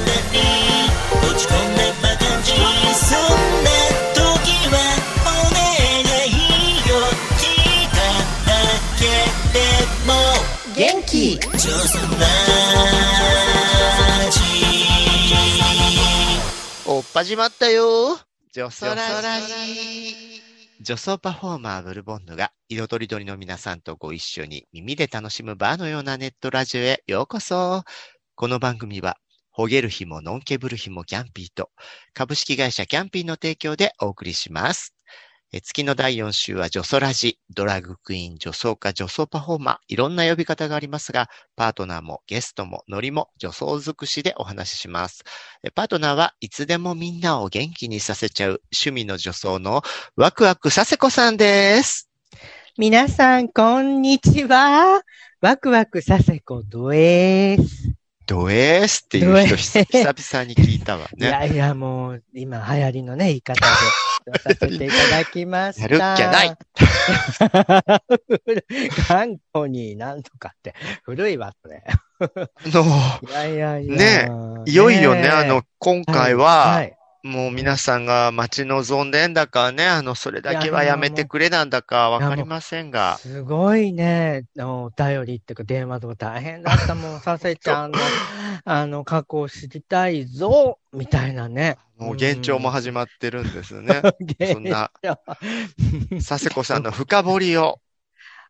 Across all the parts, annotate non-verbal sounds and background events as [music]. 落ち込んだバカンジそんな時はお願いよ聞いただけでも元気ジョスラジおっぱじまったよ女装ラ女装ラジ女装パフォーマーブルボンヌが色とりどりの皆さんとご一緒に耳で楽しむバーのようなネットラジオへようこそこの番組はほげる日ものんけぶる日もキャンピーと株式会社キャンピーの提供でお送りしますえ月の第4週は女装ラジ、ドラッグクイーン、女装家、女装パフォーマー、いろんな呼び方がありますが、パートナーもゲストもノリも女装尽くしでお話しします。えパートナーはいつでもみんなを元気にさせちゃう趣味の女装のワクワクさせこさんです。皆さん、こんにちは。ワクワクさせことです。ドエースっていドうエ人ー久々に聞いたわいね。やいや、もう、今流行りのね、言い方で。させていただきました。やるっきゃない。頑固になんとかって、 [laughs] 古いわ、それ。あの、いやいやいや。ねいよいよね、あの、、今回はは、い。もう皆さんが待ち望んでんだかね、あの、それだけはやめてくれなんだかわかりませんが、すごいね、あのお便りっていうか電話とか大変だったもん、させちゃ [laughs] んの、あの、過去を知りたいぞ、みたいなね。もう現状も始まってるんですよね。そんな、佐世子さんの深掘りを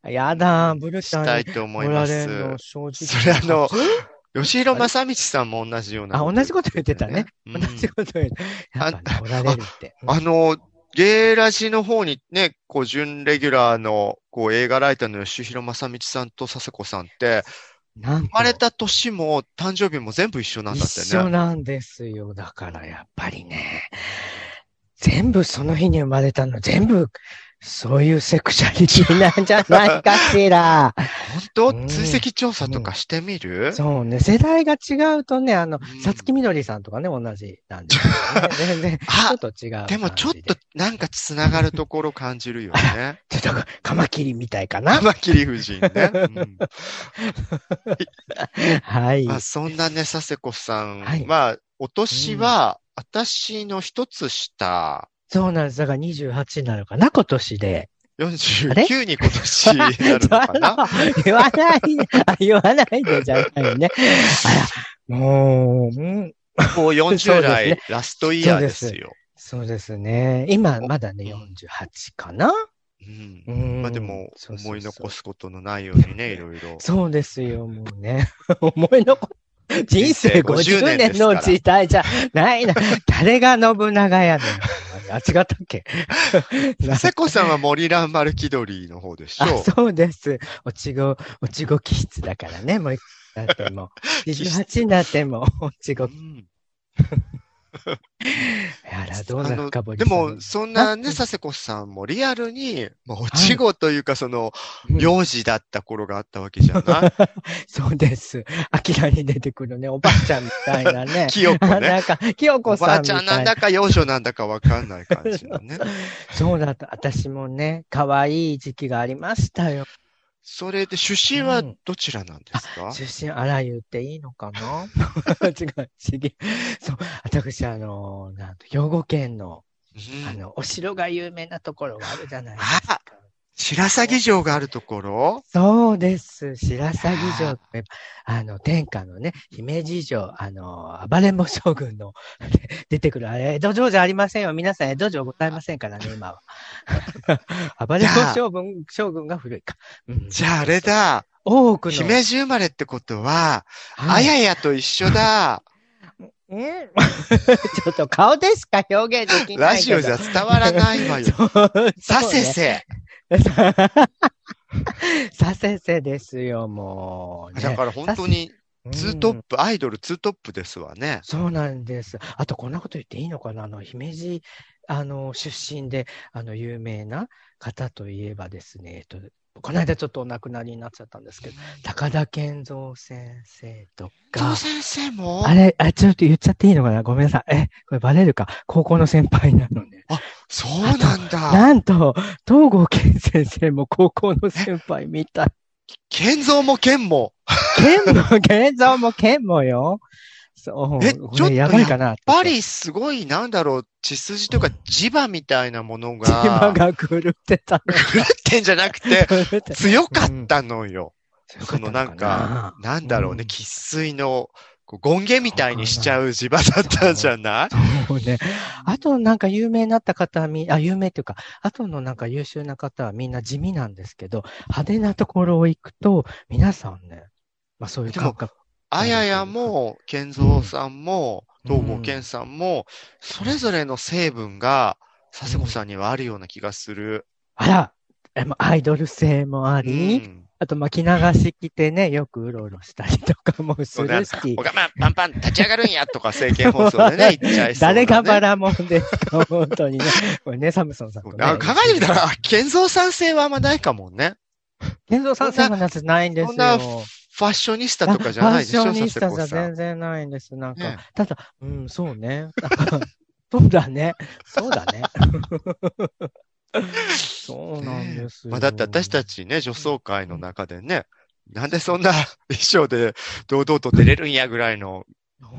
[laughs] やだ、ブルしちゃんたいにと思いおらまれるすの。正直。それあ [laughs] の、吉弘正道さんも同じような。あ同じこと言ってたね。同うんじこと言う。やっぱねおられるって。あの、ゲイラジの方にね、こう、準レギュラーの、こう、映画ライターの吉弘正道さんと佐世子さんって、なん生まれとた年も誕生日も全部一緒なんだって一緒ね。なんですよ。だからやっぱりね、全部その日に生まれたの、全部、そういうセクシャリティなんじゃないかし [laughs] ら。本う当ん追跡調査とかしてみるそうね、世代が違うとね、あのうん、さつきみどりさんとかね、同じなんですよね。全然、ちょあっ、と違う感じでもちょっと、なんかつながるところ感じるよね。ちょっと、カマキリみたいかな。玉切夫人ね。うん [laughs] はいま。あ、そんなね、佐世子さんはいは、お年は、私の一つ下、そうなんです。だから28になるかな、今年で。 49に今年になるのかな [laughs] 言わないで、あ言わないでじゃない [laughs] よね。あら、もう、うん、もうそう40です代ねラストイヤーですよ。そうですね。今、まだね、う48かな。う。うんんまあでも、そうそうそう思い残すことのないようにね、いろいろ。そうですよ、もうね。 [laughs] 思い残人生50 50年年の時代じゃないな。 [laughs] 誰が信長やねん。あ、違ったっ [laughs] けな佐世子さんは森蘭丸気取りの方でしあょそうです。おちご、おちご気質だからね、もう、だって [laughs] もう、28になっても、おちうご、んやら、どうあなのるかぼりでも、そんなね、あ佐世子さんもリアルに、まあ、おちごというか、その、うん幼児だった頃があったわけじゃない [laughs] そうです。アキラに出てくるね、おばあちゃんみたいな [laughs] ね。清子あね。なんか、清お子ばさあんみちゃたんないんな。だか幼女なんだかわかんない感じのね。そうだった。私もね、可愛い時期がありましたよ。それで出身はうんどちらなんですか出身あら言っていいのかな [laughs] 違う、次。そう、私、あの、なんと、兵庫県の、うんあの、お城が有名なところがあるじゃないですあか。白鷺城があるところそうです。白鷺城って、あの、天下のね、姫路城、あの、暴れん坊将軍の [laughs] 出てくる、あれ、江戸城じゃありませんよ。皆さん、江戸城ございませんからね、今は。 [laughs] 暴れん坊将軍、将軍が古いか。うんじゃああれ。だ。多くの。姫路生まれってことは、あはいややと一 [laughs] 緒だ。え [laughs] ちょっと顔でしか表現できないラけジど。オじゃ伝わらないわよ。 [laughs] そう。させせ。 [laughs] させせですよ、もう、ね。だから本当に、ツートうんップ、アイドルツートップですわね。そうなんです。あと、こんなこと言っていいのかなあの、姫路、あの、出身で、あの、有名な方といえばですね、えっと、この間ちょっとお亡くなりになっちゃったんですけど、高田健三先生と伊か藤、先生もあれ、あ、ちょっと言っちゃっていいのかなごめんなさい。え、これバレるか高校の先輩なのね。そうなんだ。 [laughs] なんと、東郷健先生も高校の先輩みたい。剣蔵も剣も、剣も、現像も剣もよ。そう。えこちょっとれやばいかな。やっぱりすごい、なんだろう、血筋というか磁場みたいなもの自分が、が狂ってた。狂ってんじゃな [laughs] くて、狂ってた強かったのよ。そのなんかか、なんだろううね、ん生粋の、こう権限みたいにしちゃう磁場だったんじゃないそうね。あとなんか有名になった方はみ、あ、有名というか、あとのなんか優秀な方はみんな地味なんですけど、派手なところを行くと、皆さんね、まあそういう感覚。あややも、健三さんも、うん東郷健さんも、それぞれの成分が、佐世子さんにはあるような気がする。あら、えまあアイドル性もあうり、ん。あと巻き流し着てね、よくうろうろしたりとかもするしお、かまパンパン立ち上がるんやとか、政見放送で [laughs] ね、言っちゃいそうなね。誰がバラモンですか、本当にね。これね、サムソンさんとね。あ考えてみたら、健三さん性はあんまないかもね。健三さん、そうなんですないんですよ。そんなファッショニスタとかじゃないでしょ、ファッショニスタ佐じゃ世子さん。全然ないんです。なんか、ねただ、うん、そうね。 [laughs] そうだね。そうだね。 [laughs] そうなんですよ。まあ、だって私たちね、女装会の中でね、なんでそんな [laughs] 衣装で堂々と出れるんやぐらいの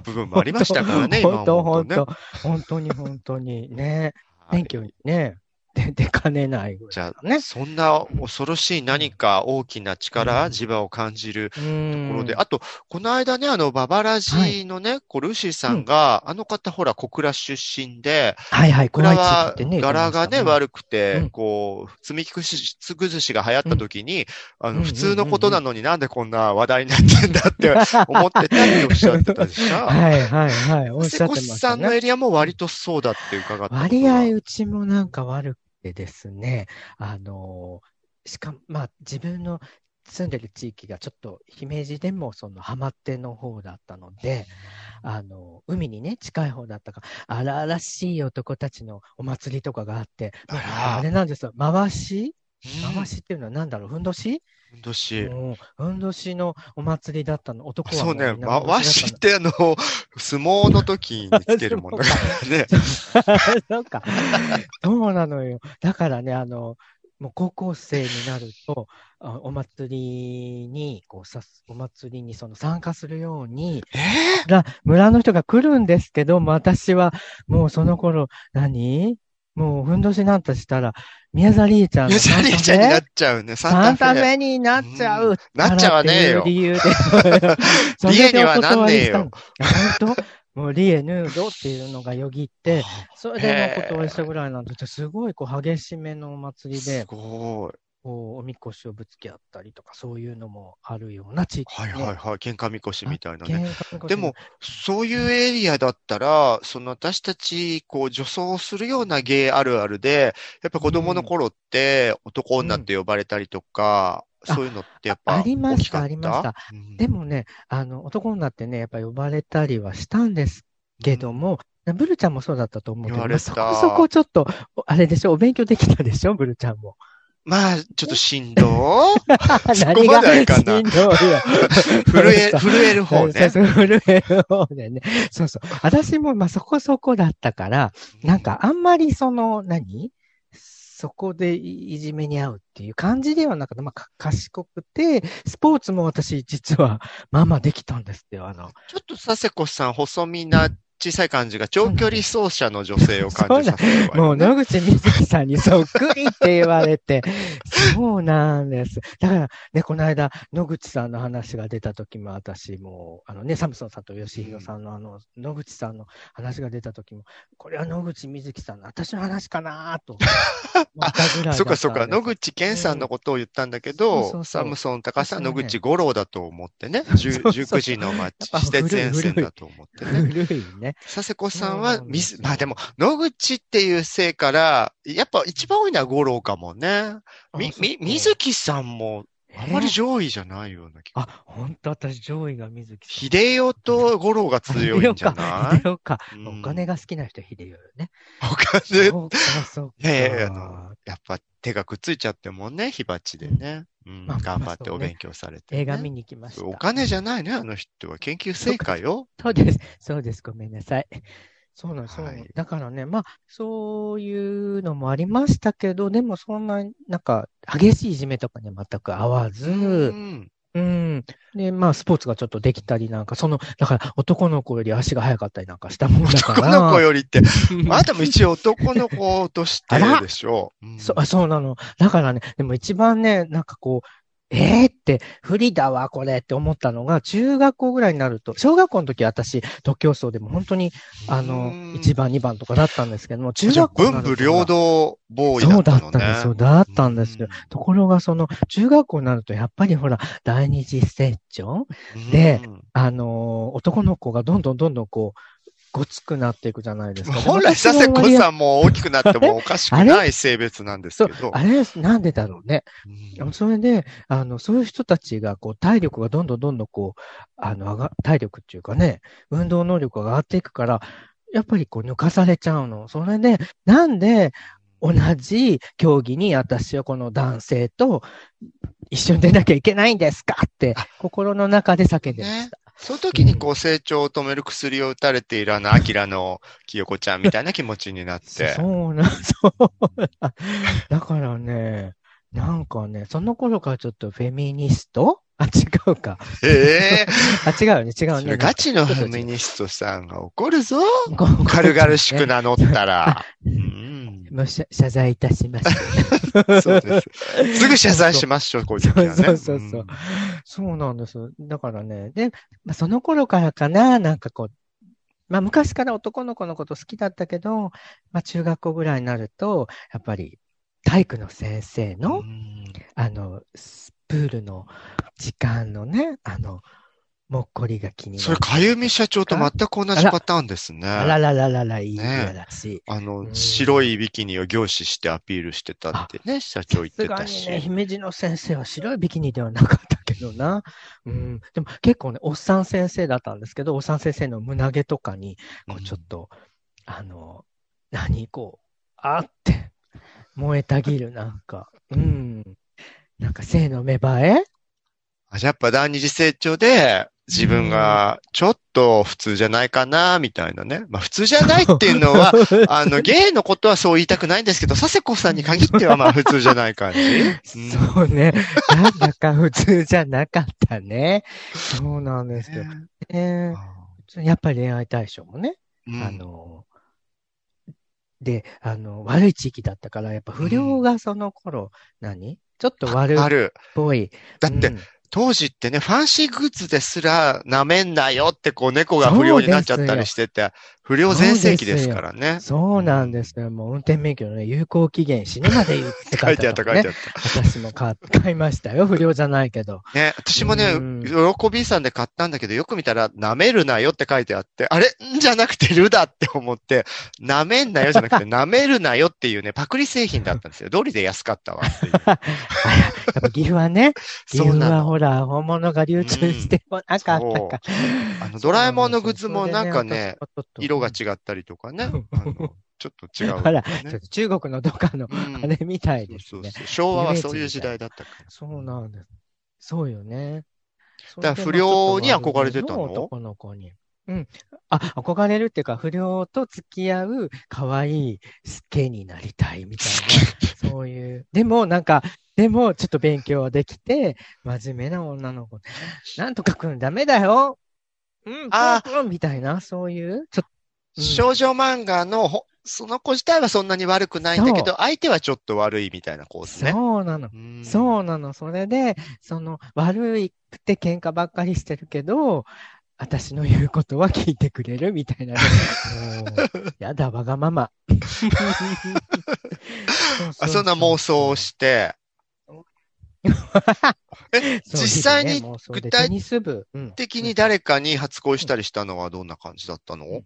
部分もありましたからね、本当、今思うと本ね。当、本当に、本当に。ね。はい天気をね、で、でかねないぐらい。じゃあ、ねそんな恐ろしい何か大きな力、磁場を感じるととこころで、あと、この間ね、あの、ババラジのね、こうルーシーさんが、あの方、ほら、小倉出身で、はいはい、小怖倉い地域はってね。柄がね、い。悪くうてん、こう、積み木崩しが流行った時に、あうんうんうんの、うん普通のことなのになんでこんな話題になってんだって思ってたりおっしゃってたでしょ。 [laughs] はいはいはい、おっしゃ瀬ってま越しさたんのね。エリアも割とそうだって伺ったことが。割合、うちもなんか悪くてですね、あのーしかも、まあ、自分の住んでる地域がちょっと、姫路でもその浜手の方だったので、あのー海にね、近い方だったから、荒々しい男たちのお祭りとかがあって、あらあれなんですよ、回しうん回しっていうのは何だろう、ふんどしふんどし。うん、ふんどしのお祭りだったの、男はそうね、ままわしってあの、相撲の時につける [laughs] ものがね。なんか、そうなのよ。だからね、あの、もう高校生になると、あお祭りに、こうさす、お祭りにその参加するように、え村村の人が来るんですけど、もう私は、もうその頃、何もう、ふんどしなんてしたら、宮沢りえちゃんー、いのや、ジサャンリーちゃんになっちゃうね。ササンンタタフフェ。ェになっちゃう。うんなっちゃわねえよっていう理由で。 [laughs] リエにはなんねそれでお断えよりしたの。本当もうリエヌードっていうのがよぎって、それでもうお断りしたぐらいなんで、すごいこう激しめのお祭りすで、ごい。こうおみこしをぶつけ合ったりとか、そういうのもあるような地域はいはいはい。喧嘩みこしみたいなね。喧嘩みこしでも、そういうエリアだったら、その私たち、こう、女装するようなゲイあるあるで、やっぱ子供の頃って、男女って呼ばれたりとか、うんそういうのってやっぱあありま大きしたかったありました。うんでもね、あの男になってね、やっぱ呼ばれたりはしたんですけども、ブルちゃんもそうだったと思うけど、言わまれあたそこそこちょっと、おあれでしょ、お勉強できたでしょ、ブルちゃん [laughs] も。まあ、ちょっと振動こ何まがではいかないしんどいよ。 [laughs] 震え、震える方ね。そうそう、震える方でね。そうそう。私もまあそこそこだったから、 [laughs] なんかあんまりその、何そこでいいじめに遭うっていう感じではなくて、まあか賢くて、スポーツも私実はまあまあできたんですよ。あの、ちょっと佐世子さん、細身な小さい感じが長距離走者の女性を感じさせるわよもうね。野口みずきさんにそっくりって言われ [laughs] て、そうなんです。だからね、この間、野口さんの話が出た時も、私も、あのね、サムソンさんと吉弘さんのあの、野口さんの話が出た時も、これは野口みずきさんの私の話かなと思ったぐらいだったんです。そっかそっか、野口健さんのことを言ったんだけそうそうそど、うサムソン高橋さ私ん、野はね口五郎だと思っ [laughs] てね、そうそう19時の街、やっぱ私古い鉄沿線だと思ってね。古いね。佐世子さんはそうなんでミすスよ、まあでも、野口っていう姓から、やっぱ一番多いのは五郎かもね。 [laughs] み、み、き、水木さんも、あまえりー上位じゃないような気が。あ、本当私上位がみずきさん。秀夫と五郎が強いんじゃない秀夫か。うんお金が好きな人、秀夫よ [laughs] ね。お金、そうか、そうか。ねえあのやっぱ手がくっついちゃってもんね、火鉢でね。うん、まあ頑張っまあてそうおね勉強されて、ね。映画見に行きました。お金じゃないね、あの人は。研究成果よ。そうです。そうです。ごめんなさい。そうなんです、そうなんですはいだからね、まあ、そういうのもありましたけど、でもそんな、なんか、激しいいじめとかには全く合わず、うん。うん。で、まあ、スポーツがちょっとできたりなんか、その、だから、男の子より足が速かったりなんかしたもんだか男ら。の子よりって、 [laughs] うんまあでも一応男の子としてあらでしょう。うんそあそうなの。だからね、でも一番ね、なんかこう、えーって、不利だわ、これって思ったのが、中学校ぐらいになると、小学校の時私、徒競走でも本当に、あの、1。番、2番とかだったんですけども、中じゃあ学校にな文ると武両道ボーイだそっうただのっね。たんですよ。だったんですよ。ところが、その、中学校になると、やっぱりほら、第二次成長うんでうんあのー男の子がどんどんどんどんこう、ごつくなっていくじゃないですか。で [laughs] 本来、私の佐世子割合さんも大きくなってもおかしくあれない性別なんですそう [laughs] けど。、あれ、なんでだろうね。うんそれで、あの、そういう人たちが、こう、体力がどんどんどんどん、こう、あの、上が、体力っていうかね、運動能力が上がっていくから、やっぱりこう、抜かされちゃうの。それで、なんで、同じ競技に私はこの男性と一緒に出なきゃいけないんですかって、心の中で叫んでました。その時にこう成長を止める薬を打たれているあの、アキラの清子ちゃんみたいな気持ちになっそて。そうな、 [laughs] そうな。だからね、なんかね、その頃からちょっとフェミニスト [laughs] あ、違うか。ええあ、違うよね、違うそれね。ガチのフェミニストさんが怒るぞ。ごご軽々しく名乗ったら。うんもう謝謝罪いたしました。 [laughs] そうです。すぐ謝罪しましょう、こういう時はね。そうそうそうそうんそうなんです。だからね、で、まあ、その頃からかな、なんかこう、まあ昔から男の子のこと好きだったけど、まあ中学校ぐらいになると、やっぱり体育の先生の、うんあの、スプールの時間のね、あの、もっこりが気にそなれ、る。かゆみ社長と全く同じパターンですね。ああららららら、いいねえ親だし。うの、ん白いビキニを凝視してアピールしてたってね、社長言っさすてがたにし。ね、姫路の先生は白いビキニではなかったけどな。うん。でも結構ね、おっさん先生だったんですけど、おっさん先生の胸毛とかに、こううんちょっと、あの、何こう、あーって、燃えたぎる、なんか。うん。なんか性の芽生えあやっぱ第二次成長で、自分がちょっと普通じゃないかな、みたいなね。まあ普通じゃないっていうの [laughs] は、あの、ゲイのことはそう言いたくないんですけど、佐世子さんに限ってはまあ普通じゃない感じ。う [laughs] んそうね。なんだか普通じゃなかった [laughs] ね。そうなんですけど。ねやっぱり恋愛対象もね、うんあの、で、あの、悪い地域だったから、やっぱ不良がその頃、何ちょっと悪あっる。ぽい。だって、うん当時ってね、ファンシーグッズですら舐めんなよってこう猫が不良になっちゃったりしてて、不良全盛期ですからね。そうなんですよ。もう運転免許のね、有効期限死ぬまで言うって書書いいててああっったたもんね書いて。あった。私も買買いましたよ。不良じゃないけど。ね、私もねうん、喜びさんで買ったんだけど、よく見たら、舐めるなよって書いてあって、あれんじゃなくてるだって思って、舐めんなよじゃな [laughs] くて、舐めるなよっていうね、パクリ製品だったんですよ。道理で安かったわって [laughs] いう。あやっぱ岐阜はね、岐 [laughs] そう阜なはの。ほら、本物が流通してもなかったうんそうから。あの、ドラえもんのグッズもなんかね、色がち違ったりとかね、あうんのちょっと違う、あ [laughs] らょっねと。中国のどっかのうんあれみたいそうですそうね。そう昭和はそういう時代だったから。そうなんです。そうよね。だからそれでまあ不良に憧れてたのちょっと悪め男の子に。うん。あ、憧れるっていうか、不良と付き合う可愛いスケになりたいみたいな、そういう。でも、なんか、でも、ちょっと勉強はできて、真面目な女の子。なんとかくんダメだようん、あープンプンみたいな、そういう、ちょっと、うん少女漫画のほ、その子自体はそんなに悪くないんだけそど、相手はちょっと悪いみたいなコースね。そうなの。うんそうなの。それで、その、悪くて喧嘩ばっかりしてるけど、私の言うことは聞いてくれるみたいなね。もうやだ、わがまま。そうあそんな妄想をして、そう実際にいいね妄想で具体テニス部、うん的に誰かに初恋したりしたのはどんな感じだったの、ん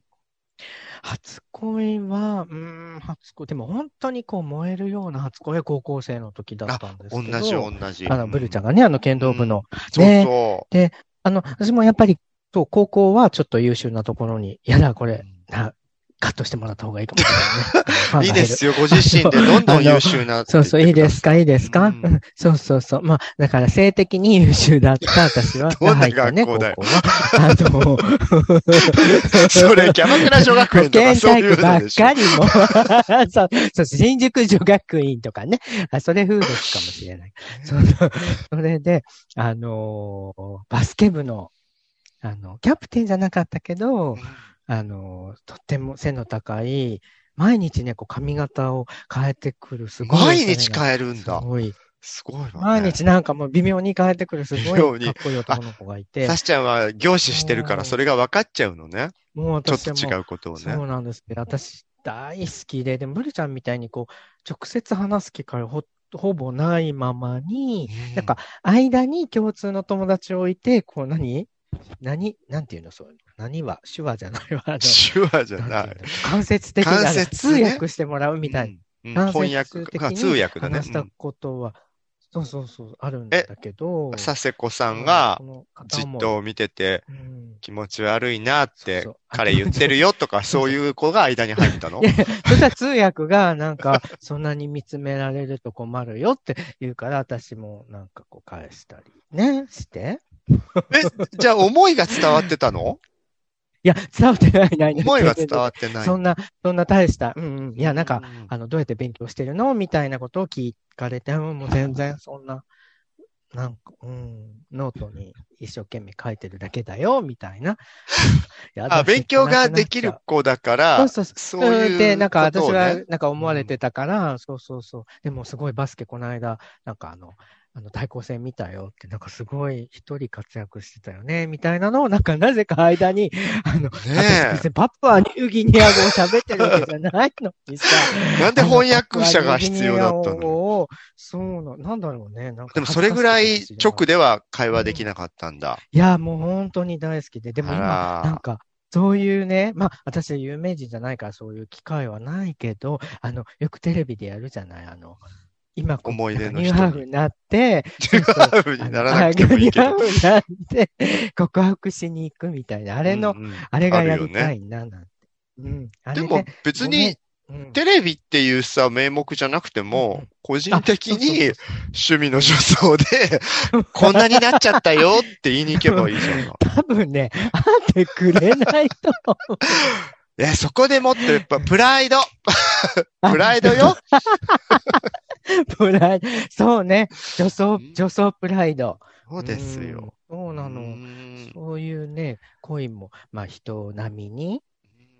初恋は、うーん、初恋、でも本当にこう燃えるような初恋は高校生の時だったんです同けど、じ同じ。あの、ブルちゃんん。がね、あの、剣道部の、そうねそあの、私もやっぱり、そう、高校はちょっと優秀なところに、やだ、こう。れ、な、カットしてもらった方がいいかもし [laughs] れないねファンがいい減でる。すよ、ご自身でどんどん優秀な。そうそう、いいです。か、いいですか、ううんん、そうそうそう。まあ、だから性的に優秀だった私は、 [laughs] どんな入ったね学校だよここはあの、 [laughs] それ、キャバクラ女学 [laughs] 保園とか健そう体いう育ばのっでしょか。りも。 [laughs] そう、そう、新宿女学院とかね。あ、それ風俗かもし [laughs] れない。そのそれで、あのーバスケ部の、あの、キャプテンじゃなかったけど、あのーとっても背の高い、毎日ね、こう髪型を変えてくる、すごい。毎日変えるんすだ。ごい。すごいわね。毎日なんかもう微妙に変えてくる、す微ご妙いにかっこいい男の子がいてサ、シちゃんは凝視してるから、それが分かっちゃうのね。もうちょっ私とはもう違うことをねそ。うなんですけど、私大好きで、でも、ブルちゃんみたいにこう、直接話す機会ほほぼないままに、なんか、間に共通の友達を置いて、こう何、何なんていうのそういうの。何は手話じゃないわ。あの手話じゃななんてい。いうの間接的に間あの接通ね訳してもらうみたいな。うん間接翻訳的か、に通訳だね。話したことは、そうそうそう、あるんえだけど、うん佐世子さんがその片じっ思いと見ててうん気持ち悪いなっそてうそう彼言っ [laughs] てるよとか、そういう子が間に入ったのいやそしたら通訳が、なんか、 [laughs] そんなに見つめられると困るよって言うから、私もなんかこう返したりね、して。え、じゃあ思いが伝わって [laughs] たのいや、伝わってないないない。思いが伝わってない。そんな、そんな大した、うんうん。いや、なんうか、、あの、どうやって勉強してるのみたいなことを聞かれて、うんもう全然そんな、なんか、うん、ノートに一生懸命書いてるだけだよ、みたいな。い [laughs] やあ、勉強ができる子だから、そうそうそううんいうで、なんかこと私をねはなんか思われてたから、そうそうそう。でもすごいバスケこの間、なんかあの、あの対抗戦見たよって、なんかすごい一人活躍してたよね、みたいなのを、なんかなぜか間に、あの、私別にパプアニューギニア語を喋ってるわけじゃないのにさ。なんで翻訳者が必要だったパプアニューギニアの語をそうな、なんだろうね。なんかでもそれぐらい直で。では会話できなかったんだ。いや、もう本当に大好きで、でも今、あらなんか、そういうね、まあ、私は有名人じゃないから、そういう機会はないけど、あの、よくテレビでやるじゃない、あの、今こう、思い出のニ人にューハーフになって、違うにならなくてもいいけあどの。ニューハーフになって、告白しに行くみたいな、ああれの、あれがやりたい。いな、なんて。うん、あでれもね、別ごにめんうんテレビっていうさ、名目じゃなくてうんうもん、個人的にあ趣味の [laughs] 女装で、こんなになっちゃったよって言いに行けばいいじゃん。多分ね、会ってくれないと思う。え、そこでもってやっぱプライドプライ [laughs] ドよプライド。そうね、女装うん、女装プライド。そうですよ。うん。そうなの。うんそういうね、恋も、まあ、人並みに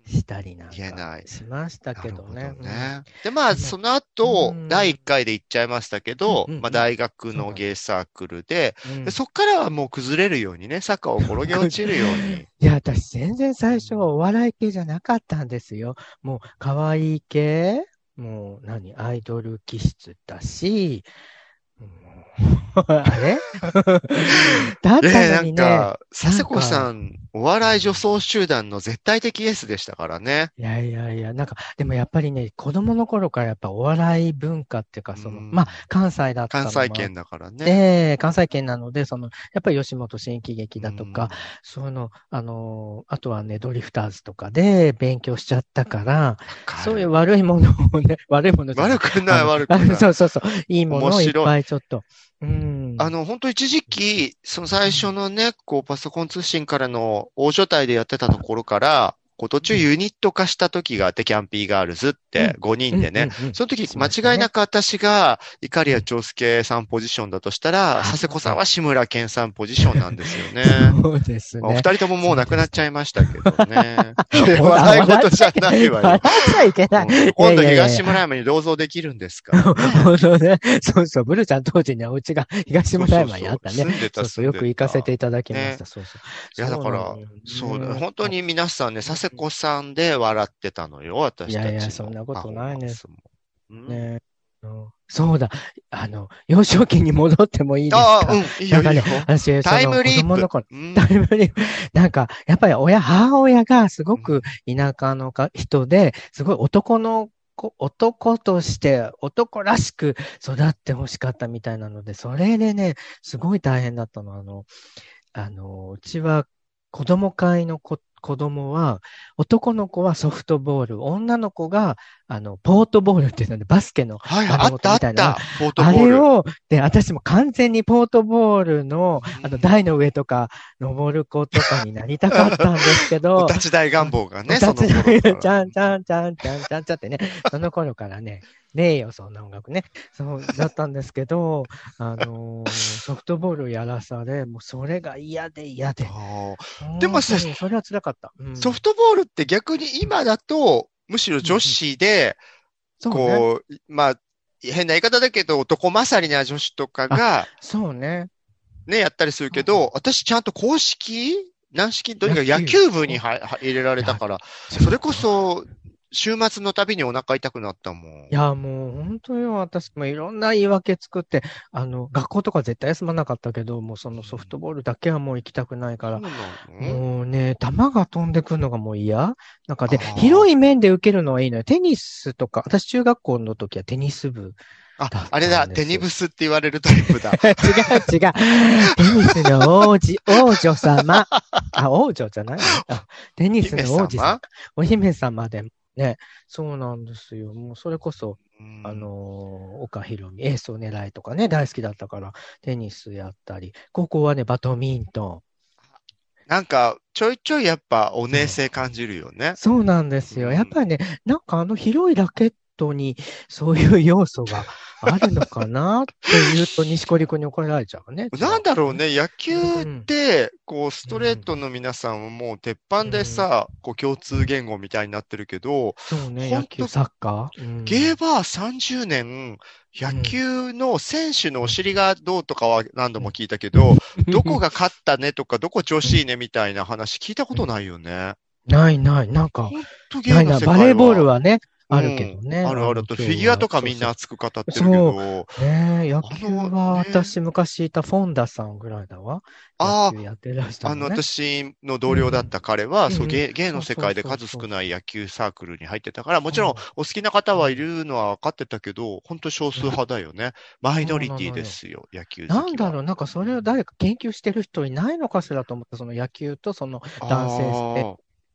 したりなん言えなかいしましたけどなねるほ。ねで、まあ、その後う、ん第1回で言っちゃいましたけど、うんうんうんまあ、大学のゲイサークルで、うんでそっからはもう崩れるようにね、坂を転げ落ちるように。いや、私全然最初はお笑い系じゃなかったんですよ。もう可愛い系、もう何、アイドル気質だし、うん [laughs] あ [laughs] れ [laughs] だっえたなのにんね、か、佐世子さん、お笑い女装集団の絶対的エースでしたからね。いやいやいや、なんか、でもやっぱりね、子供の頃からやっぱお笑い文化っていうか、その、うんまあ、関西だったの関も西圏だからね。で、関西圏なので、その、やっぱり吉本新喜劇だとか、そういうの、あのーあとはね、ドリフターズとかで勉強しちゃったから、うん、わかるそういう悪いものをね、悪いものじゃ悪くない、あの悪くあの [laughs] ない。そうそうそう、いいものをいっぱいちょっと。うん。あの、本当一時期、その最初のね、こう、パソコン通信からの大所帯でやってたところから、こう途中ユニット化した時があって、キャンピーガールズって5人でうね、んうんうんその時、しましたね間違いなく私が、イカリア長介さんポジションだとしたら、あ佐世子さんは志村けんさんポジションなんですよね。 [laughs] そうですまあおね二。人とももう亡くなっちゃいましたけど [laughs] ね。いやほら [laughs] 笑い事じゃないわ笑よっ。ちゃいけない。うん今度いやいやいや東村山に銅像できるんですから。本当ね。そうそう。ブルちゃん当時にはお家が [laughs] 東村山にあったそね。うそうそう住んでた、そうそう。住んよでく行かせてた。いただきましねた。そうそう。いやだからなのよそうだ、ん本当に皆さんね、佐世子さんで笑ってたのよ、私たちのいやいやそんなことないですパフォーマンスも。うんね、うんそうだ、あの、幼少期に戻ってもいいですああ、うかん、いいよ、いいよ。私、そのタイムリープ子供の頃うんタイムリープ [laughs] なんか、やっぱり親、母親がすごく田舎のか人で、すごい男の子、男として、男らしく育ってほしかったみたいなので、それでね、すごい大変だったの。あの、あの、うちは子供会のこ子供は、男の子はソフトボール、女の子が、あの、ポートボールっていうので、バスケの、はい、ああのったあっみたいなた。ポートボあーれル。を、で、私も完全にポートボールの、あうの、ん台の上とか、登る子とかになりたかったんですけど、お立ち台願望がね、そのちゃ頃から。んちゃんちゃんちゃんちゃんちゃんってね、その頃からね、ねえよ、そんな音楽ね。そう、だったんですけど、あのーソフトボールをやらされ、もうそれが嫌で嫌で。あーでもさ本当にそれは辛かった。ーソフトボールって逆に今だと、むしろ女子で、トうね、こう、まあ、変な言い方だけど、男勝りな女子とかが、そうね。ね、やったりするけうんど、私ちゃんと公式軟式とにかく野球部にはは入れられたから、それこ。そ、週末のたびにお腹痛くなったもん。いや、もう本当よ、私もいろんな言い訳作って、あの、学校とか絶対休まなかったけど、もうそのソフトボールだけはもう行きたくないからそう、なのもうね、球が飛んでくるのがもう嫌なんかであー、広い面で受けるのはいいのよ。テニスとか、私中学校の時はテニス [laughs] 部。だあっ、たあれだ、んですテニブスって言われるタイ [laughs] プだ。違う違う。テニスの王 [laughs] 子、王女様。あ、王女じゃないあテニスの王子姫様様。お姫様でもね。そうなんですよ。もうそれこそ、あのー、岡博美、エースを狙いとかね、大好きだったから、テニスやったり、高校はね、バドミントン。なんか、ちょいちょいやっぱお姉性感じるよね。そうなんですうよ。んやっぱりね、なんかあの広いラケットにそういう要素があるのかなって言うと、錦織君に怒られちゃうね。 [laughs] なんだろうね、野球って、こう、ストレートの皆さんはもう鉄板でさ、こう、共通言語みたいになってるけど、そうね、ほ野んと球、サッカー。うんゲーバー30年、野球の選手のお尻がどうとかは何度も聞いたけど、どこが勝ったねとか、どこ調子いいねみたいな話聞いたことないよね。ないない、なんか、ほんとゲーなムいのな世い、界バレーボールははね、あるけどね。あるあると、のフィギュアとかみんな。熱く語ってるけど、そうそうね野球あのは、ね私昔いたフォンダさんぐらいだわ。ああ野球やってらしたあの、のね。私の同僚だった彼は、うんそう、うんゲー、ゲイの世界でそうそうそ数う少ない野球サークルに入ってたから、もちろんお好きな方はいるのは分かってたけど、本当少数派だよ [laughs] ね。マイノリティですよ、野球好きはなんだろう、なんかそれを誰か研究してる人いないのかしらと思った、その野球とその男性性あーあ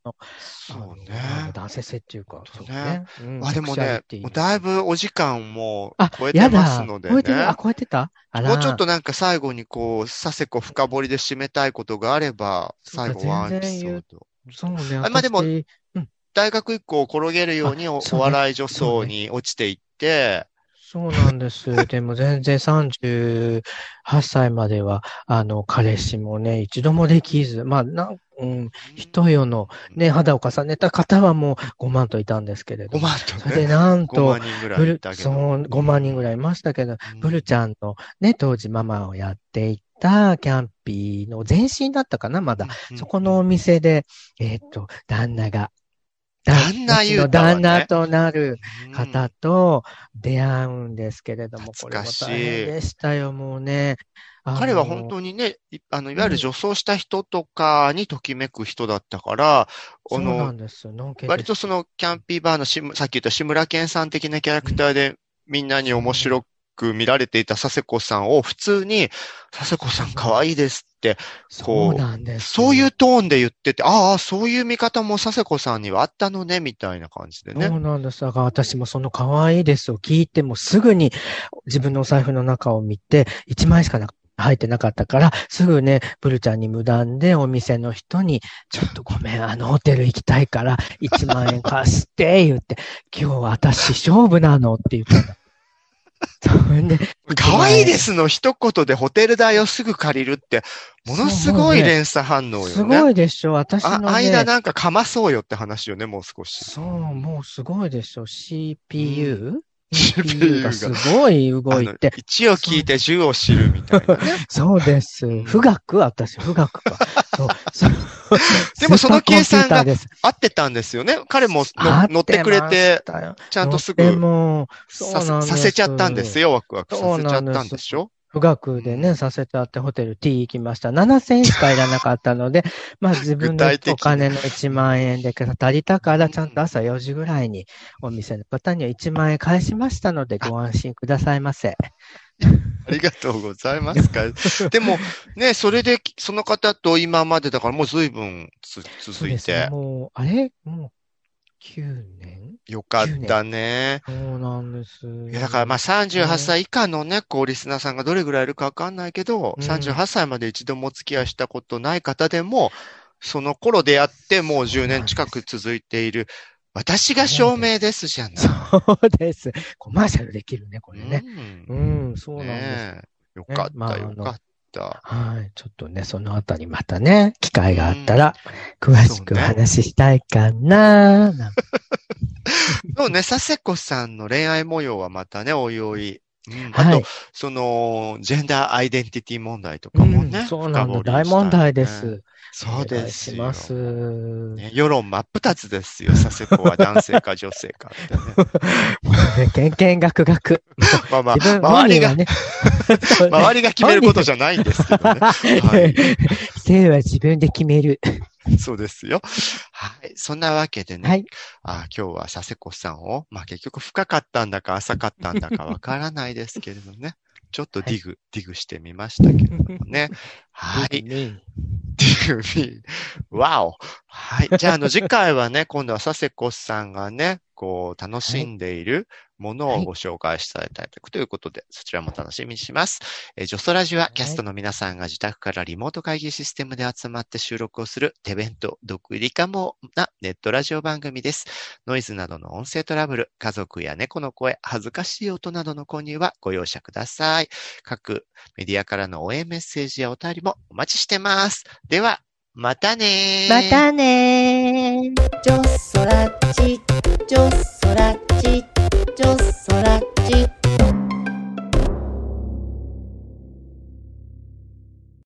のそうね。あの男性性っていうか、そうねそうねうんあ、でもセクシュアねリテ、ィもうだいぶお時間もあ超えやてますだ、ので超えてる、ねあ、。超えてたあら、もうちょっとなんか最後にこう、させこ深掘りで締めたいことがあれば、そう最だ後ワンエ全ピ然ソ言ーうド。そうね、あまあでも私大学以降転げるようにお、あそうおね笑い女装に落ちていって、そうなんです [laughs] よ。でも全然38歳までは、あの、彼氏もね、一度もできず、まあ、なん、うん、一夜の、ね、肌を重ねた方はもう5万といたんですけれど5も、万そとれでね、なん5と万、人ぐらブいいル、たけそど。う、5万人ぐらいいましたけど、うんブルちゃんのね、当時ママをやっていたキャンピーの前身だったかな、まだ。うんそこのお店で、えーっと、旦那が、旦那言うのたわ旦ね那となるうん方と出会うんですけれども、こ懐れかもしい大変でしたよ、もうね。あ彼はの本当にね、いあの、いわゆる女装した人とかにときめく人だったから、あそうなの、んですよ、のんけ割ですとそのキャンピーバーのしむさっき言った志村けんさん的なキャラクターでみんなに面白く見られていた佐世子さんを普通に、佐世子さん可愛いですって、そこううなんですそういようトーンで言ってて、ああ、そういう見方も佐世子さんにはあったのね、みたいな感じでそね。うなんです。だから私もその可愛いですを聞いてもすぐに自分のお財布の中を見て、1万円しかな入ってなかったから、すぐね、ブルちゃんに無断でお店の人に、ちょっとごめん、あのホテル行きたいから1万円貸して、言って、 [laughs] 今日は私勝負なのって言ったの。 [laughs] そんで、可愛いですの一言でホテル代をすぐ借りるって、ものすごい連鎖反応よね。すごいでしょ、私あの、ね。間なんかかまそうよって話よね、もう少し。そう、もうすごいでしょ、CPU?CPU が CPU すが。ごい動いて、 1を聞いて10を知るみたいなね。そうですうん。富学私、富学 [laughs] か。そう、そう。でもそスーパーコのンピューター計算がです。合ってたんですよね。彼も合っのて乗ってくれて、だよちゃんとすでぐも、そうさなんせですさせちゃったんですよ、ワクワクさそうせちなゃっんですたんでしょ富岳でね、させてあってホテル T 行きました。7000円しかいらなかったの [laughs] で、まあ自分具の体的お金の1万円で足りたから、ちゃんと朝4時ぐらいにお店の方には1万円返しましたので、ご安心くださいませ。ありがとうございますか。 [laughs] でも、ね、それで、その方と今までだからもう随分つそう続でいすねて。もう、あれもう9年よかったね。そうなんです。いやだからまあ38ね歳以下のね、こう、リスナーさんがどれぐらいいるかわかんないけど、うん38歳まで一度もお付き合いしたことない方でも、その頃出会ってもう10年近く続いている、私が証明ですじゃない。 [laughs] そうです。コマーシャルできるね、これね。うんうん、そうなんです。ねえよかっまああた、のよかった。はい。ちょっとね、そのあたりまたね、機会があったら、詳しくお話ししたいかな、なんかそうね、佐世子さんの恋愛模様はまたね、おいおい。うんあはとい、。その、ジェンダーアイデンティティ問題とかもね、うんそう深なんだ。掘りしたい大問題でね。す。そうおで願いすしよます。もうね [laughs] ね、世論真っ二つですよ、佐世保は男性か女性かっ [laughs] てね。けんけんがくがく。ま [laughs] あまあ、自分本周り人がは、ね。そうね [laughs] 周りが決めることじゃないんですけどね。 [laughs] 性は自分で決める。そうですよ。はい。そんなわけでね、はいあ今日は佐世子さんを、まあ結局深かったんだか浅かったんだかわからないですけれどね、ちょっとディグ、ディグしてみましたけれどもね。はい。TV。わお。はい。じゃあ、あの、次回はね、 [laughs] 今度は佐世子さんがね、こう、楽しんでいるものはをいご紹介したいタイプということで、そちらも楽しみにします。えー、ジョソラジは、キャストの皆さんが自宅からリモート会議システムで集まって収録をする、手弁当、独立かもなネットラジオ番組です。ノイズなどの音声トラブル、家族や猫の声、恥ずかしい音などの購入はご容赦ください。各メディアからの応援メッセージやお便りもお待ちしてます。では、またねーまたねー。ジョソラジ、ジョソ